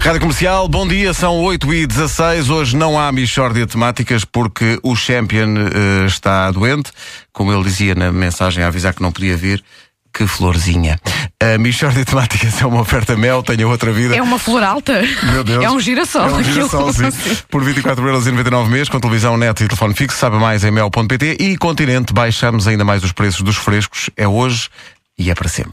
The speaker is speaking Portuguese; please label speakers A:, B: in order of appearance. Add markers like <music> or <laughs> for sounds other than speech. A: Rádio Comercial, bom dia, são 8 e 16 Hoje não há Michórdia de Temáticas porque o Champion eh, está doente. Como ele dizia na mensagem a avisar que não podia vir, que florzinha. A Michórdia de Temáticas é uma oferta mel, tenha outra vida.
B: É uma flor alta.
A: Meu Deus.
B: É um girassol. <laughs> assim.
A: É um girassol, sim.
B: Aquilo-
A: Por 24,99€ mês, com televisão, net e telefone fixo, sabe mais em mel.pt e Continente, baixamos ainda mais os preços dos frescos. É hoje e é para sempre.